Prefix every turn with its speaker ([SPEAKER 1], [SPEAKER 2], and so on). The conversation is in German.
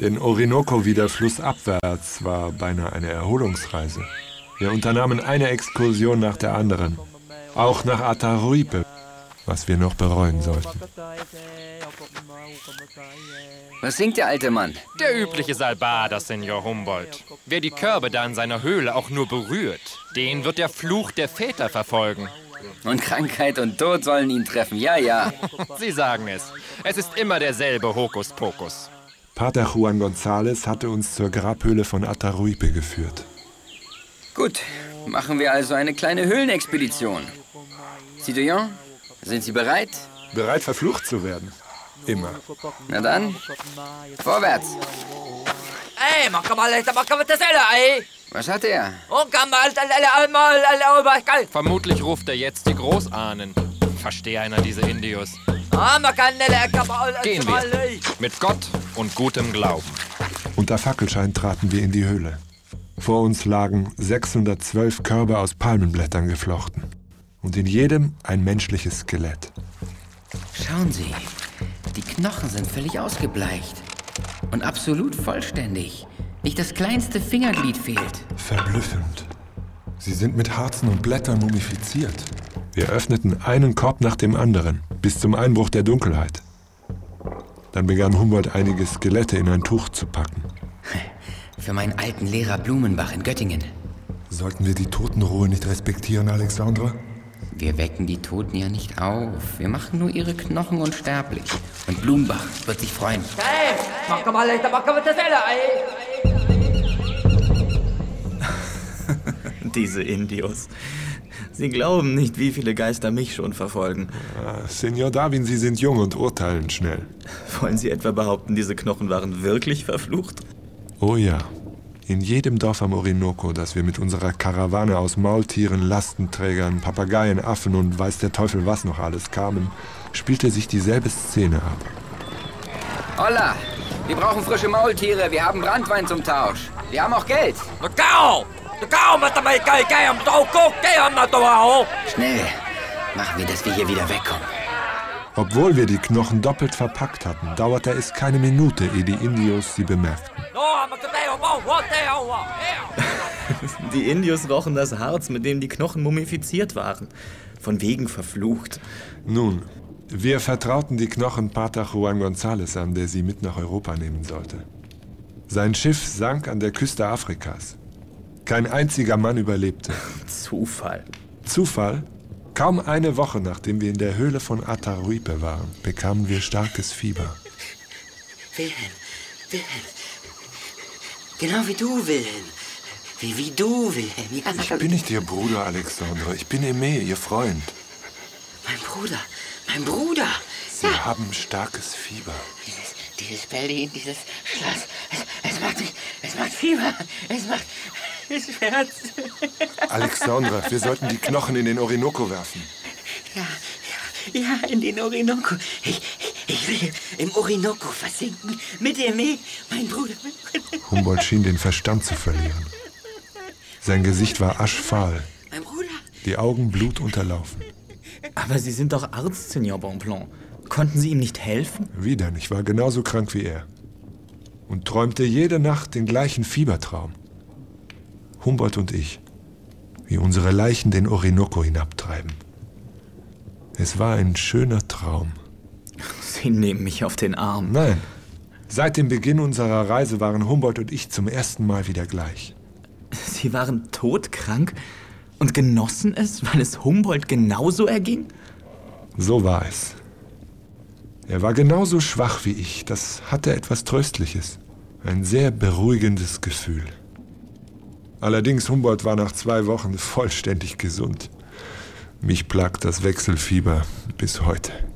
[SPEAKER 1] Den Orinoco wieder flussabwärts war beinahe eine Erholungsreise. Wir unternahmen eine Exkursion nach der anderen. Auch nach Ataruipe, was wir noch bereuen sollten.
[SPEAKER 2] Was singt der alte Mann?
[SPEAKER 3] Der übliche Salbader, Senor Humboldt. Wer die Körbe da in seiner Höhle auch nur berührt, den wird der Fluch der Väter verfolgen.
[SPEAKER 2] Und Krankheit und Tod sollen ihn treffen, ja, ja.
[SPEAKER 3] Sie sagen es. Es ist immer derselbe Hokuspokus.
[SPEAKER 1] Pater Juan González hatte uns zur Grabhöhle von Ataruipe geführt.
[SPEAKER 2] Gut, machen wir also eine kleine Höhlenexpedition. Citoyen, sind Sie bereit?
[SPEAKER 1] Bereit, verflucht zu werden. Immer.
[SPEAKER 2] Na dann, vorwärts.
[SPEAKER 4] Ey, mach mal, mach mal das alle, ey.
[SPEAKER 2] Was hat er?
[SPEAKER 4] Und kann mal, alle, mal, alle, über Geld.
[SPEAKER 3] Vermutlich ruft er jetzt die Großahnen. Verstehe einer diese Indios.
[SPEAKER 4] Ah, man kann, alle, kann mal,
[SPEAKER 3] Gehen wir. Mit Gott und gutem Glauben.
[SPEAKER 1] Unter Fackelschein traten wir in die Höhle. Vor uns lagen 612 Körbe aus Palmenblättern geflochten. Und in jedem ein menschliches Skelett.
[SPEAKER 2] Schauen Sie, die Knochen sind völlig ausgebleicht. Und absolut vollständig. Nicht das kleinste Fingerglied fehlt.
[SPEAKER 1] Verblüffend. Sie sind mit Harzen und Blättern mumifiziert. Wir öffneten einen Korb nach dem anderen, bis zum Einbruch der Dunkelheit. Dann begann Humboldt einige Skelette in ein Tuch zu packen.
[SPEAKER 2] Für meinen alten Lehrer Blumenbach in Göttingen.
[SPEAKER 1] Sollten wir die Totenruhe nicht respektieren, Alexandra?
[SPEAKER 2] Wir wecken die Toten ja nicht auf. Wir machen nur ihre Knochen unsterblich. Und Blumenbach wird sich freuen.
[SPEAKER 4] Ey, mach mal, mach mal das alle, ey.
[SPEAKER 5] Diese Indios. Sie glauben nicht, wie viele Geister mich schon verfolgen.
[SPEAKER 1] Ah, Senor Darwin, Sie sind jung und urteilen schnell.
[SPEAKER 5] Wollen Sie etwa behaupten, diese Knochen waren wirklich verflucht?
[SPEAKER 1] Oh ja. In jedem Dorf am Orinoco, das wir mit unserer Karawane aus Maultieren, Lastenträgern, Papageien, Affen und weiß der Teufel was noch alles kamen, spielte sich dieselbe Szene ab.
[SPEAKER 2] Holla! Wir brauchen frische Maultiere. Wir haben Brandwein zum Tausch. Wir haben auch Geld.
[SPEAKER 4] Macau! Macau, mach mal, geh, geh am Tauko, geh am Natowao.
[SPEAKER 2] Schnell machen wir, dass wir hier wieder wegkommen.
[SPEAKER 1] Obwohl wir die Knochen doppelt verpackt hatten, dauerte es keine Minute, ehe die Indios sie bemerkten.
[SPEAKER 4] No, mach mal, wow, wow, wow, wow.
[SPEAKER 5] Die Indios rochen das Harz, mit dem die Knochen mumifiziert waren. Von wegen verflucht.
[SPEAKER 1] Nun, wir vertrauten die Knochen Pater Juan González an, der sie mit nach Europa nehmen sollte. Sein Schiff sank an der Küste Afrikas. Kein einziger Mann überlebte.
[SPEAKER 5] Zufall.
[SPEAKER 1] Zufall? Kaum eine Woche nachdem wir in der Höhle von Ataruipe waren, bekamen wir starkes Fieber.
[SPEAKER 6] Wilhelm, Wilhelm. Genau wie du, Wilhelm. Wie, wie du, Wilhelm. Ja,
[SPEAKER 1] Ich bin nicht Ihr Bruder, Alexandra. Ich bin Eme, Ihr Freund.
[SPEAKER 6] mein Bruder, mein Bruder.
[SPEAKER 1] Sie haben starkes Fieber.
[SPEAKER 6] Dieses, dieses Berlin, dieses Schloss. Es, es macht mich, es macht Fieber. Es macht, es schmerzt.
[SPEAKER 1] Alexandra, wir sollten die Knochen in den Orinoco werfen.
[SPEAKER 6] Ja, ja, ja, in den Orinoco. Ich, ich, ich will im Orinoco versinken. Mit dem Mee, mein Bruder. Mein Bruder.
[SPEAKER 1] Humboldt schien den Verstand zu verlieren. Sein Gesicht war aschfahl,
[SPEAKER 6] Mein Bruder.
[SPEAKER 1] die Augen blutunterlaufen.
[SPEAKER 5] Aber Sie sind doch Arzt, Signor Bonpland. Konnten Sie ihm nicht helfen?
[SPEAKER 1] Wie denn? Ich war genauso krank wie er. Und träumte jede Nacht den gleichen Fiebertraum. Humboldt und ich, wie unsere Leichen den Orinoco hinabtreiben. Es war ein schöner Traum.
[SPEAKER 5] Sie nehmen mich auf den Arm.
[SPEAKER 1] Nein, seit dem Beginn unserer Reise waren Humboldt und ich zum ersten Mal wieder gleich.
[SPEAKER 5] Sie waren todkrank und genossen es, weil es Humboldt genauso erging?
[SPEAKER 1] So war es. Er war genauso schwach wie ich. Das hatte etwas Tröstliches. Ein sehr beruhigendes Gefühl. Allerdings, Humboldt war nach zwei Wochen vollständig gesund. Mich plagt das Wechselfieber bis heute.